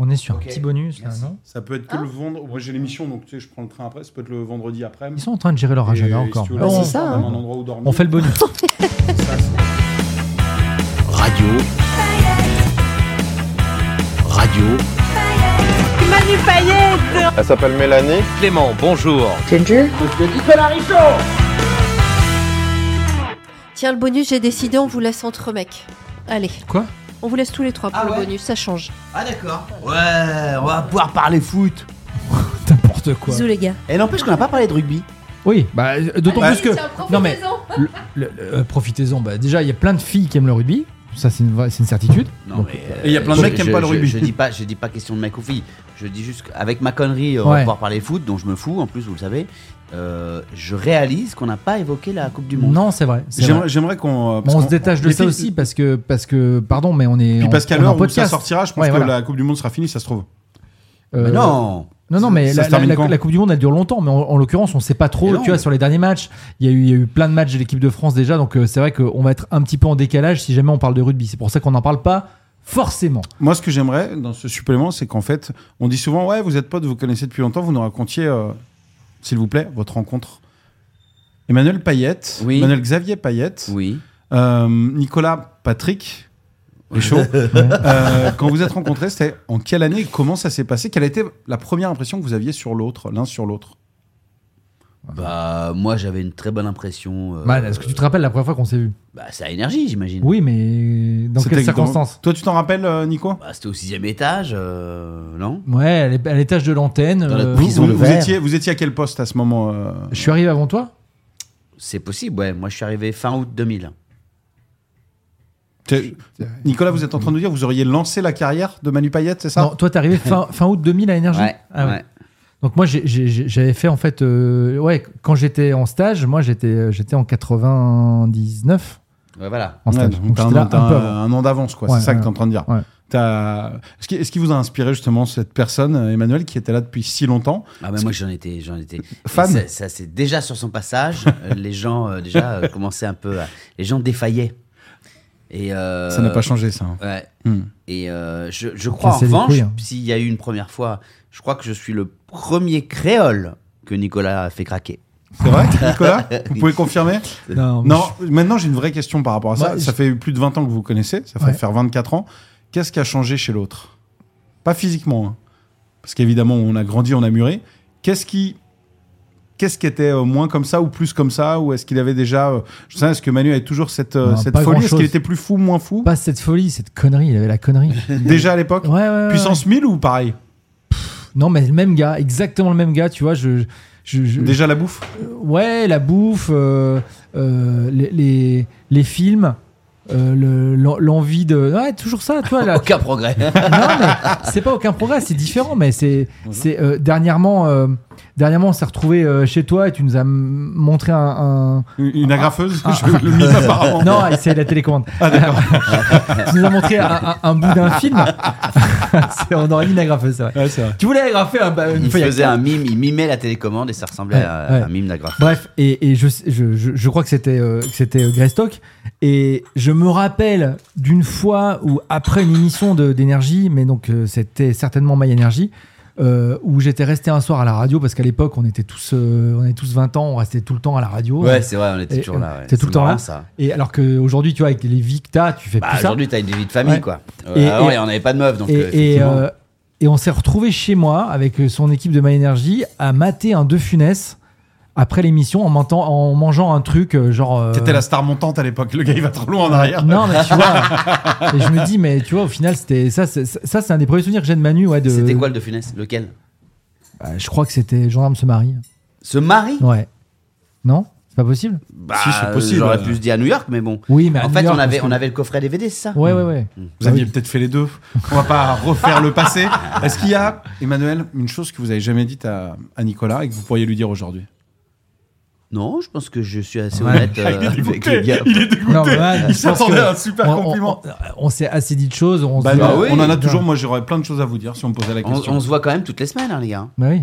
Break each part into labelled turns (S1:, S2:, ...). S1: On est sur
S2: Ok,
S1: un petit bonus là,
S2: merci.
S1: non
S3: Ça peut être que
S4: Ah.
S3: le vendredi. Moi, j'ai l'émission, donc tu sais, je prends le train après. Ça peut être le vendredi après.
S1: Ils sont en train de gérer leur
S3: Et,
S1: agenda
S3: si
S1: encore. Bah,
S3: tu veux,
S4: Ah,
S3: on
S4: c'est ça,
S3: a
S4: hein.
S3: un endroit où dormir.
S1: On fait le bonus.
S3: Ça, c'est-
S5: Radio. Radio.
S6: Elle s'appelle Mélanie.
S7: Clément, bonjour.
S4: Tiens, le bonus, j'ai décidé, on vous laisse entre mecs. Allez.
S1: Quoi
S4: On vous laisse tous les trois pour
S2: Ah
S4: le
S2: ouais
S4: bonus, ça change.
S2: Ah d'accord. Ouais, on va pouvoir parler foot.
S1: N'importe quoi.
S4: Bisous les gars.
S2: Et n'empêche qu'on n'a pas parlé de rugby.
S1: Oui, bah, d'autant
S2: Ah,
S3: Allez,
S1: plus que. Non mais le- le- le- euh, profitez-en. Bah, déjà, il y a plein de filles qui aiment le rugby. Ça, c'est une, vraie- c'est une certitude.
S2: Non,
S1: Donc,
S2: mais
S3: Et il y a plein de
S2: euh, je-
S3: mecs qui aiment
S2: je-
S3: pas le
S2: je-
S3: rugby.
S2: Je, dis pas, je dis pas question de mec ou fille. Je dis juste qu'avec ma connerie, on va
S1: Ouais.
S2: pouvoir parler foot, dont je me fous. En plus, vous le savez, euh, je réalise qu'on n'a pas évoqué la Coupe du Monde.
S1: Non, c'est vrai. c'est
S3: J'aimerais
S1: vrai.
S3: j'aimerais qu'on. euh,
S1: Bon,
S3: parce
S1: on se
S3: qu'on-
S1: détache de
S3: les
S1: ça
S3: filles-
S1: aussi parce que, parce que, pardon, mais on est.
S3: Puis
S1: on-
S3: parce qu'à
S1: on est en
S3: l'heure où ça
S1: podcast.
S3: sortira, je pense
S1: Ouais,
S3: que
S1: voilà.
S3: la Coupe du Monde sera finie, ça se trouve.
S1: Euh,
S2: Mais non.
S1: Non, non, mais
S3: Ça
S1: la,
S3: se termine
S1: la- la-
S3: quand
S1: la Coupe du Monde, elle dure longtemps, mais en, en l'occurrence, on sait pas trop.
S2: Mais non,
S1: tu vois,
S2: mais-
S1: sur les derniers matchs, il y, a eu- il y a eu plein de matchs de l'équipe de France déjà, donc euh, c'est vrai qu'on va être un petit peu en décalage si jamais on parle de rugby. C'est pour ça qu'on n'en parle pas forcément.
S3: Moi, ce que j'aimerais dans ce supplément, c'est qu'en fait, on dit souvent Ouais, vous êtes potes, vous connaissez depuis longtemps, vous nous racontiez, euh, s'il vous plaît, votre rencontre. Emmanuel Payette,
S2: Oui.
S3: Emmanuel Xavier Payette,
S2: Oui.
S3: euh, Nicolas Patrick Richaud, euh, quand vous êtes rencontrés, c'était en quelle année, comment ça s'est passé, quelle a été la première impression que vous aviez sur l'autre, l'un sur l'autre
S2: Bah moi, j'avais une très bonne impression. euh,
S1: Mal, Bah, Est-ce que tu te rappelles la première fois qu'on s'est vu
S2: Bah c'est à énergie, j'imagine.
S1: Oui, mais dans
S3: C'était
S1: quelles circonstances
S3: Toi, tu t'en rappelles, euh, Nico
S2: Bah, c'était au sixième étage, euh, non
S1: Ouais, à l'é- à l'étage de l'antenne.
S2: Dans la
S1: euh,
S2: prison. Ils ont
S3: vous,
S2: le
S3: vous
S2: vert.
S3: étiez, vous étiez à quel poste à ce moment euh
S1: Je suis arrivé avant toi
S2: C'est possible, ouais. Moi, je suis arrivé fin août 2000.
S3: T'es- Nicolas, vous êtes en train de nous dire vous auriez lancé la carrière de Manu Payette, c'est ça
S1: Non, toi, t'es arrivé fin, fin août 2000 à Énergie
S2: Ouais,
S1: Ah
S2: ouais.
S1: ouais. Donc moi j'ai- j'ai- j'ai- j'avais fait en fait euh, ouais quand j'étais en stage moi j'étais euh, j'étais en 99
S2: Ouais, voilà.
S1: en stage
S3: Ouais,
S1: Donc
S3: t'as
S1: j'étais
S3: un,
S1: là
S3: t'as
S1: un peu
S3: un-
S1: avant.
S3: un an d'avance, quoi.
S1: Ouais,
S3: c'est ça que
S1: ouais.
S3: t'es en train de dire.
S1: Ouais.
S3: T'as- Est-ce, qui, est-ce qui vous a inspiré justement cette personne, euh, Emmanuel, qui était là depuis si longtemps
S2: Ah mais moi j'en étais, j'en étais.
S3: Fan.
S2: Et Ça, ça, c'est déjà sur son passage, euh, les gens euh, déjà euh, commençaient un peu, à- les gens défaillaient. Et euh,
S3: Ça n'a pas changé, ça. hein.
S2: Ouais.
S3: Hmm.
S2: Et euh, je, je crois en
S1: c'est les
S2: revanche,
S1: couilles, hein.
S2: s'il y a eu une première fois, je crois que je suis le premier créole que Nicolas a fait craquer.
S3: C'est vrai, Nicolas Vous pouvez confirmer
S1: Non, mais
S3: Non, maintenant j'ai une vraie question par rapport à ça.
S1: Moi,
S3: ça
S1: je-
S3: fait plus de 20 ans que vous vous connaissez, ça fait
S1: Ouais.
S3: faire 24 ans. Qu'est-ce qui a changé chez l'autre Pas physiquement, hein. parce qu'évidemment on a grandi, on a mûri. Qu'est-ce qui... Qu'est-ce qui était euh, moins comme ça ou plus comme ça Ou est-ce qu'il avait déjà... euh, je sais pas, est-ce que Manu avait toujours cette, euh,
S1: Non,
S3: cette
S1: pas
S3: folie Est-ce
S1: grand-chose.
S3: qu'il était plus fou, moins fou
S1: je- pas cette folie cette connerie il avait la connerie ouais
S3: Déjà à l'époque
S1: ouais, ouais,
S3: Puissance 1000 ou pareil
S1: ouais. non mais le même gars exactement le même gars tu vois je, je, je-
S3: Déjà la bouffe
S1: Euh, ouais la bouffe euh, euh, les, les les films euh, le- l'en- l'envie de ouais toujours ça tu vois la,
S2: Aucun progrès.
S1: non, mais c'est pas aucun progrès, c'est différent. Mais c'est, c'est euh, dernièrement, euh, dernièrement, on s'est retrouvé euh, chez toi et tu nous as m- montré un.
S3: Une une agrafeuse Je le mime apparemment.
S2: Oh.
S1: un... Ah. Non, c'est la télécommande.
S2: Ah,
S1: tu nous as montré un, un- un bout d'un film. c'est, on aurait dit une agrafeuse, c'est vrai.
S3: Ouais, c'est vrai.
S1: Tu voulais agrafer un. bah, une
S2: Il
S1: feuille à
S2: faisait
S1: carte.
S2: un mime, il mimait la télécommande et ça ressemblait à,
S1: Ouais, ouais.
S2: un mime d'agrafe.
S1: Bref, et, et je, je, je, je crois que c'était euh, que c'était euh, Greystock. Et je me rappelle d'une fois où, après une émission de- d'énergie, mais donc euh, c'était certainement My Energy, euh, où j'étais resté un soir à la radio, parce qu'à l'époque, on était tous euh, on était tous 20 ans, on restait tout le temps à la radio.
S2: Ouais, c'est vrai, on était
S1: Et,
S2: toujours
S1: euh,
S2: là. ouais.
S1: t'es tout le
S2: C'est
S1: temps
S2: marrant,
S1: là
S2: ça.
S1: Et alors qu'aujourd'hui, tu vois, avec les Victa, tu fais
S2: Bah,
S1: plus ça.
S2: aujourd'hui, t'as une vie de famille,
S1: Ouais.
S2: quoi.
S1: Et-
S2: Et, avant,
S1: et-
S2: et on n'avait pas de meuf, donc.
S1: et,
S2: euh,
S1: et,
S2: effectivement.
S1: euh, et on s'est retrouvé chez moi avec euh, son équipe de My Energy à mater un De Funès après l'émission en, mentant- en mangeant un truc euh, genre. euh,
S3: T'étais la star montante à l'époque. Le gars, il va trop loin en arrière.
S1: Non, mais tu vois. et je me dis, mais tu vois, au final, c'était ça, c'est- ça, c'est un des premiers souvenirs que j'ai de Manu. Ouais, de, Ah,
S2: C'était quoi le de Funès Lequel
S1: Bah, Je crois que c'était Gendarme se marie.
S2: Ce mari
S1: Ouais. Non C'est pas possible
S2: Bah,
S3: Si, c'est possible.
S2: J'aurais pu se dire à New York, mais bon.
S1: Oui, mais à
S2: en
S1: New
S2: fait,
S1: York,
S2: on, avait,
S1: parce que-
S2: on avait le coffret DVD, c'est ça
S1: Ouais, ouais, ouais.
S3: Vous aviez
S1: Ah oui.
S3: peut-être fait les deux. On va pas refaire le passé. Est-ce qu'il y a, Emmanuel, une chose que vous avez jamais dite à, à Nicolas et que vous pourriez lui dire aujourd'hui
S2: Non, je pense que je suis assez
S1: Ouais.
S2: honnête euh, avec les gars.
S3: Il est dégoûté.
S1: Non, mais voilà,
S3: Il
S1: je pense
S3: s'attendait
S1: que
S3: à un super
S1: on, on-
S3: compliment.
S1: on- on s'est assez dit de choses. On se
S3: Bah
S1: dit-
S3: non,
S2: oui.
S3: On en a toujours. Moi, j'aurais plein de choses à vous dire si on me posait la
S2: On,
S3: question.
S2: on se voit quand même toutes les semaines, hein, les gars.
S1: Bah oui.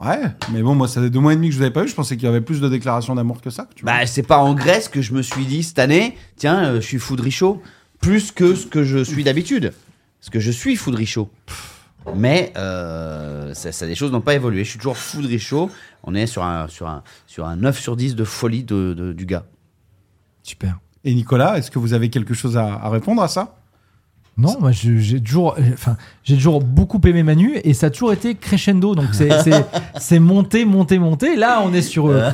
S3: Ouais, mais bon, moi, ça fait deux mois et demi que je vous avais pas eu. Je pensais qu'il y avait plus de déclarations d'amour que ça. tu vois.
S2: Bah, c'est pas en Grèce que je me suis dit cette année, tiens, euh, je suis fou de Richaud, plus que ce que je suis d'habitude. Parce que je suis fou de Richaud. Mais euh, ça, ça, les choses n'ont pas évolué. Je suis toujours fou de Richaud. On est sur un, sur un, sur un 9 sur 10 de folie de, de- du gars.
S1: Super.
S3: Et Nicolas, est-ce que vous avez quelque chose à, à répondre à ça
S1: Non, moi je- j'ai toujours, euh, enfin, j'ai toujours beaucoup aimé Manu et ça a toujours été crescendo. Donc c'est- c'est c'est monté, monté, monté. Là, on est sur. euh,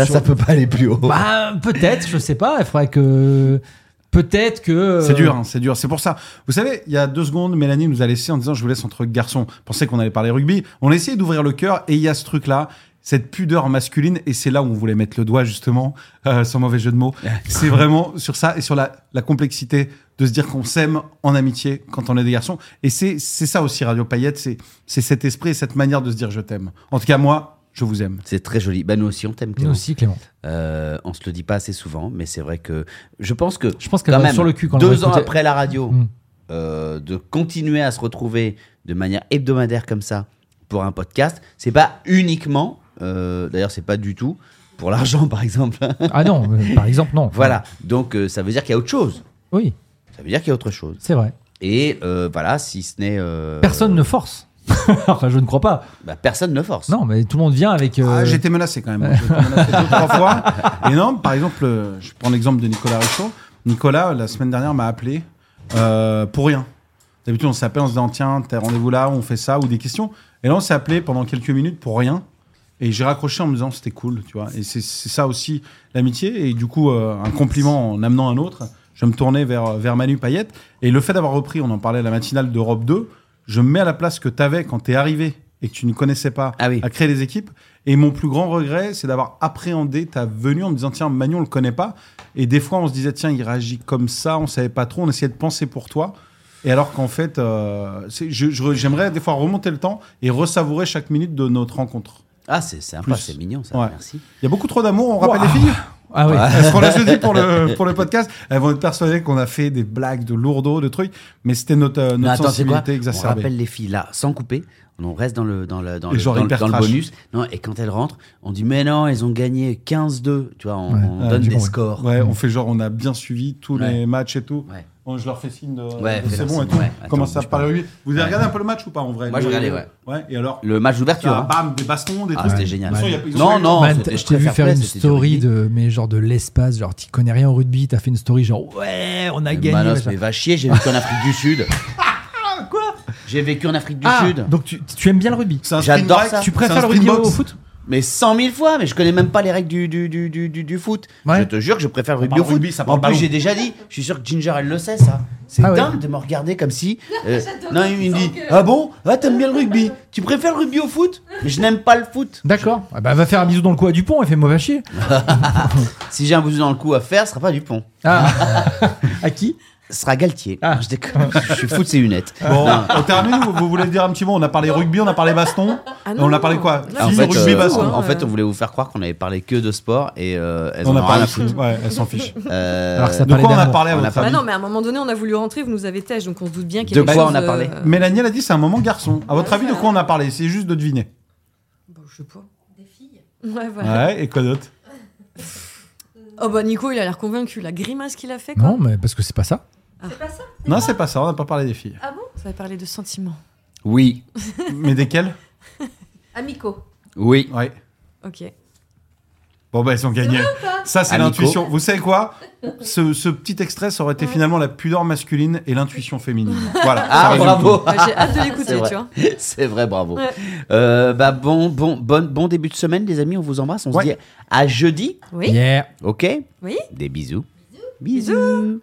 S1: sur-
S2: peut pas aller plus haut.
S1: Bah, peut-être, je sais pas. Il faudrait que. Peut-être que.
S3: C'est dur, hein, c'est dur. C'est pour ça. Vous savez, il y a deux secondes, Mélanie nous a laissé en disant Je vous laisse entre garçons. Pensez qu'on allait parler rugby. On a essayé d'ouvrir le cœur et il y a ce truc-là, cette pudeur masculine. Et c'est là où on voulait mettre le doigt, justement, euh, sans mauvais jeu de mots. c'est vraiment sur ça et sur la, la complexité de se dire qu'on s'aime en amitié quand on est des garçons. Et c'est c'est ça aussi, Radio Payette c'est c'est cet esprit et cette manière de se dire Je t'aime. En tout cas, moi, je vous aime.
S2: C'est très joli. Bah, nous aussi, on t'aime,
S1: Nous
S2: Clément.
S1: aussi, Clément.
S2: Euh, on se le dit pas assez souvent, mais c'est vrai que je pense que
S1: Je pense qu'elle
S2: quand
S1: va
S2: même
S1: être sur le cul quand elle
S2: deux
S1: va
S2: ans
S1: écouter-
S2: après la radio,
S1: Mm.
S2: euh, de continuer à se retrouver de manière hebdomadaire comme ça pour un podcast, c'est pas uniquement, euh, d'ailleurs c'est pas du tout pour l'argent par exemple.
S1: Ah non, euh, par exemple, non.
S2: voilà, donc euh, ça veut dire qu'il y a autre chose.
S1: Oui,
S2: Ça veut dire qu'il y a autre chose.
S1: c'est vrai.
S2: Et euh, voilà, si ce n'est euh,
S1: Personne ne force. enfin, je ne crois pas.
S2: bah, personne ne force.
S1: Non, mais tout le monde vient avec. euh,
S3: Ah, j'ai été menacé quand même. J'ai été menacé deux, trois fois. Et non, par exemple, euh, je prends l'exemple de Nicolas Richaud. Nicolas, la semaine dernière, m'a appelé euh, pour rien. D'habitude, on s'appelle, on se dit, Ah, tiens, t'as rendez-vous là, on fait ça, ou des questions. Et là, on s'est appelé pendant quelques minutes pour rien. Et j'ai raccroché en me disant, c'était cool, tu vois. Et c'est c'est ça aussi l'amitié. Et du coup, euh, un compliment en amenant un autre, je me tournais vers, vers Manu Payette. Et le fait d'avoir repris, on en parlait à la matinale d'Europe 2, je me mets à la place que t'avais quand t'es arrivé et que tu ne connaissais pas
S2: Ah oui.
S3: à créer des équipes. Et mon plus grand regret, c'est d'avoir appréhendé ta venue en me disant tiens, Manu, on le connaît pas. Et des fois, on se disait tiens, il réagit comme ça, on savait pas trop, on essayait de penser pour toi. Et alors qu'en fait, euh, c'est- je- je- j'aimerais des fois remonter le temps et ressavourer chaque minute de notre rencontre.
S2: Ah c'est sympa,
S3: Plus.
S2: c'est mignon ça.
S3: Ouais.
S2: Merci.
S3: Il y a beaucoup trop d'amour, on rappelle
S1: Waouh.
S3: les filles
S1: Ah oui.
S3: Elles seront là jeudi pour le, pour le podcast. Elles vont être persuadées qu'on a fait des blagues, de lourdeaux, de trucs. Mais c'était notre, euh,
S2: Non,
S3: notre
S2: attends, c'est quoi
S3: sensibilité
S2: On
S3: exacerbée.
S2: rappelle les filles là, sans couper. On reste dans le, dans le, dans
S3: Et
S2: le,
S3: genre
S2: dans le-
S3: hyper
S2: dans le
S3: trash.
S2: bonus. Non, et quand elles rentrent, on dit Mais non, elles ont gagné 15-2. Tu vois, on,
S1: Ouais.
S2: on
S3: Ah,
S2: donne
S1: du
S2: des
S1: bon, ouais.
S2: scores.
S3: Ouais, on fait genre, on a bien suivi tous
S2: Ouais.
S3: les matchs et tout.
S2: Ouais.
S3: Oh, je leur fais signe de,
S2: Ouais,
S3: de c'est
S2: fais leur
S3: bon et
S2: signe,
S3: tout.
S2: ouais.
S3: Comment
S2: Attends,
S3: ça
S2: bouge
S3: parle
S2: pas.
S3: lui Vous avez regardé un peu le match ou pas en vrai
S2: Moi, j'ai regardé, ouais.
S3: Ouais, et alors
S2: Le match d'ouverture.
S3: ah,
S2: hein.
S3: Bam, des bastons, des
S2: Ah,
S3: trucs.
S2: c'était génial.
S3: Ils sont- il y a- ils ont
S2: Non,
S3: fait le-
S2: non,
S1: Man,
S2: c'était-
S1: je t'ai vu
S2: fair
S1: faire
S2: play,
S1: une
S2: c'était du
S1: story
S2: rugby.
S1: de, mais genre de l'espace, genre t'y connais rien au rugby, t'as fait une story genre ouais, on a
S2: Mais
S1: gagné.
S2: Manos,
S1: machin.
S2: mais va chier, j'ai vécu en Afrique du Sud.
S1: Quoi
S2: J'ai vécu en Afrique du
S1: Ah,
S2: Sud.
S1: donc tu, tu aimes bien le rugby
S3: C'est un
S2: J'adore
S3: sprint break,
S2: ça.
S3: c'est
S1: Tu
S3: un
S1: préfères le
S3: sprint
S1: rugby au
S3: box.
S1: foot
S2: Mais cent mille fois, mais je connais même pas les règles du, du, du, du, du- du foot.
S1: Ouais.
S2: Je te jure que je préfère le rugby
S3: parle
S2: au foot.
S3: rugby, ça
S2: en
S3: parle
S2: plus,
S3: ballon.
S2: j'ai déjà dit, je suis sûr que Ginger, elle le sait, ça. C'est
S1: Ah ouais.
S2: dingue de me regarder comme si. euh, non, il me dit Ah bon Ah, t'aimes bien le rugby Tu préfères le rugby au foot Mais je n'aime pas le foot.
S1: D'accord. Ah bah va faire un bisou dans le cou à Dupont et fais mauvais chier.
S2: Si j'ai un bousou dans le cou à faire, ce sera pas Dupont.
S1: Ah. à qui
S2: Ce sera Galtier.
S1: Ah.
S2: Je déconne. je suis fou de ses lunettes.
S3: Bon,
S2: Non.
S3: on termine ou vous voulez dire un petit mot On a parlé rugby, on a parlé baston.
S4: Ah
S3: et
S4: non,
S3: on a
S4: non.
S3: parlé quoi
S4: Ah,
S2: En
S3: Fille,
S2: fait,
S3: rugby, hein.
S2: euh,
S3: baston.
S2: en- en fait, on voulait vous faire croire qu'on avait parlé que de sport et euh, elles
S3: on
S2: en
S3: a
S2: ont
S3: parlé
S2: rien à
S3: foot.
S2: foutre.
S3: Ouais, elles s'en fichent.
S2: Euh,
S1: Alors que ça
S3: De quoi on a
S1: d'amour.
S3: parlé à
S2: On a
S3: votre
S2: parlé-
S3: avis
S2: Bah
S7: Ah non, mais à un moment donné, on a voulu rentrer, vous nous avez têche, donc on se doute bien qu'il y
S2: De
S7: a quelque
S2: quoi
S7: chose,
S2: on a parlé
S7: euh,
S3: Mélanie, elle a dit c'est un moment garçon. À votre avis, de quoi on a parlé C'est juste de deviner.
S7: bon, Bah, je sais pas. Des filles Ouais, voilà.
S3: Ouais, et quoi d'autre
S7: Oh bah Nico, il a l'air convaincu. La grimace qu'il a fait, quoi.
S1: Non, mais parce que c'est pas ça.
S4: Ah.
S3: Non, c'est pas ça, on n'a pas parlé des filles.
S7: Vous avez parlé de sentiments.
S2: Oui,
S3: Mais desquelles
S4: Amico.
S2: oui.
S3: Ouais.
S7: Ok.
S3: Bon, bah, ils ont gagné. Ça, c'est
S2: Amico.
S3: l'intuition. Vous savez quoi ce, ce petit extrait, ça aurait été finalement la pudeur masculine et l'intuition féminine. Voilà. ça
S2: Ah,
S3: résume
S2: bravo.
S7: Ouais, Bah, J'ai hâte de
S2: C'est
S7: l'écouter,
S2: vrai.
S7: tu vois.
S2: C'est vrai, bravo.
S7: Ouais.
S2: Euh, bah bon, bon, bon, bon début de semaine, les amis. On vous embrasse. On
S3: Ouais.
S2: se dit à jeudi.
S7: Oui.
S1: Yeah.
S2: Ok.
S7: Oui.
S2: Des bisous.
S7: Bisous.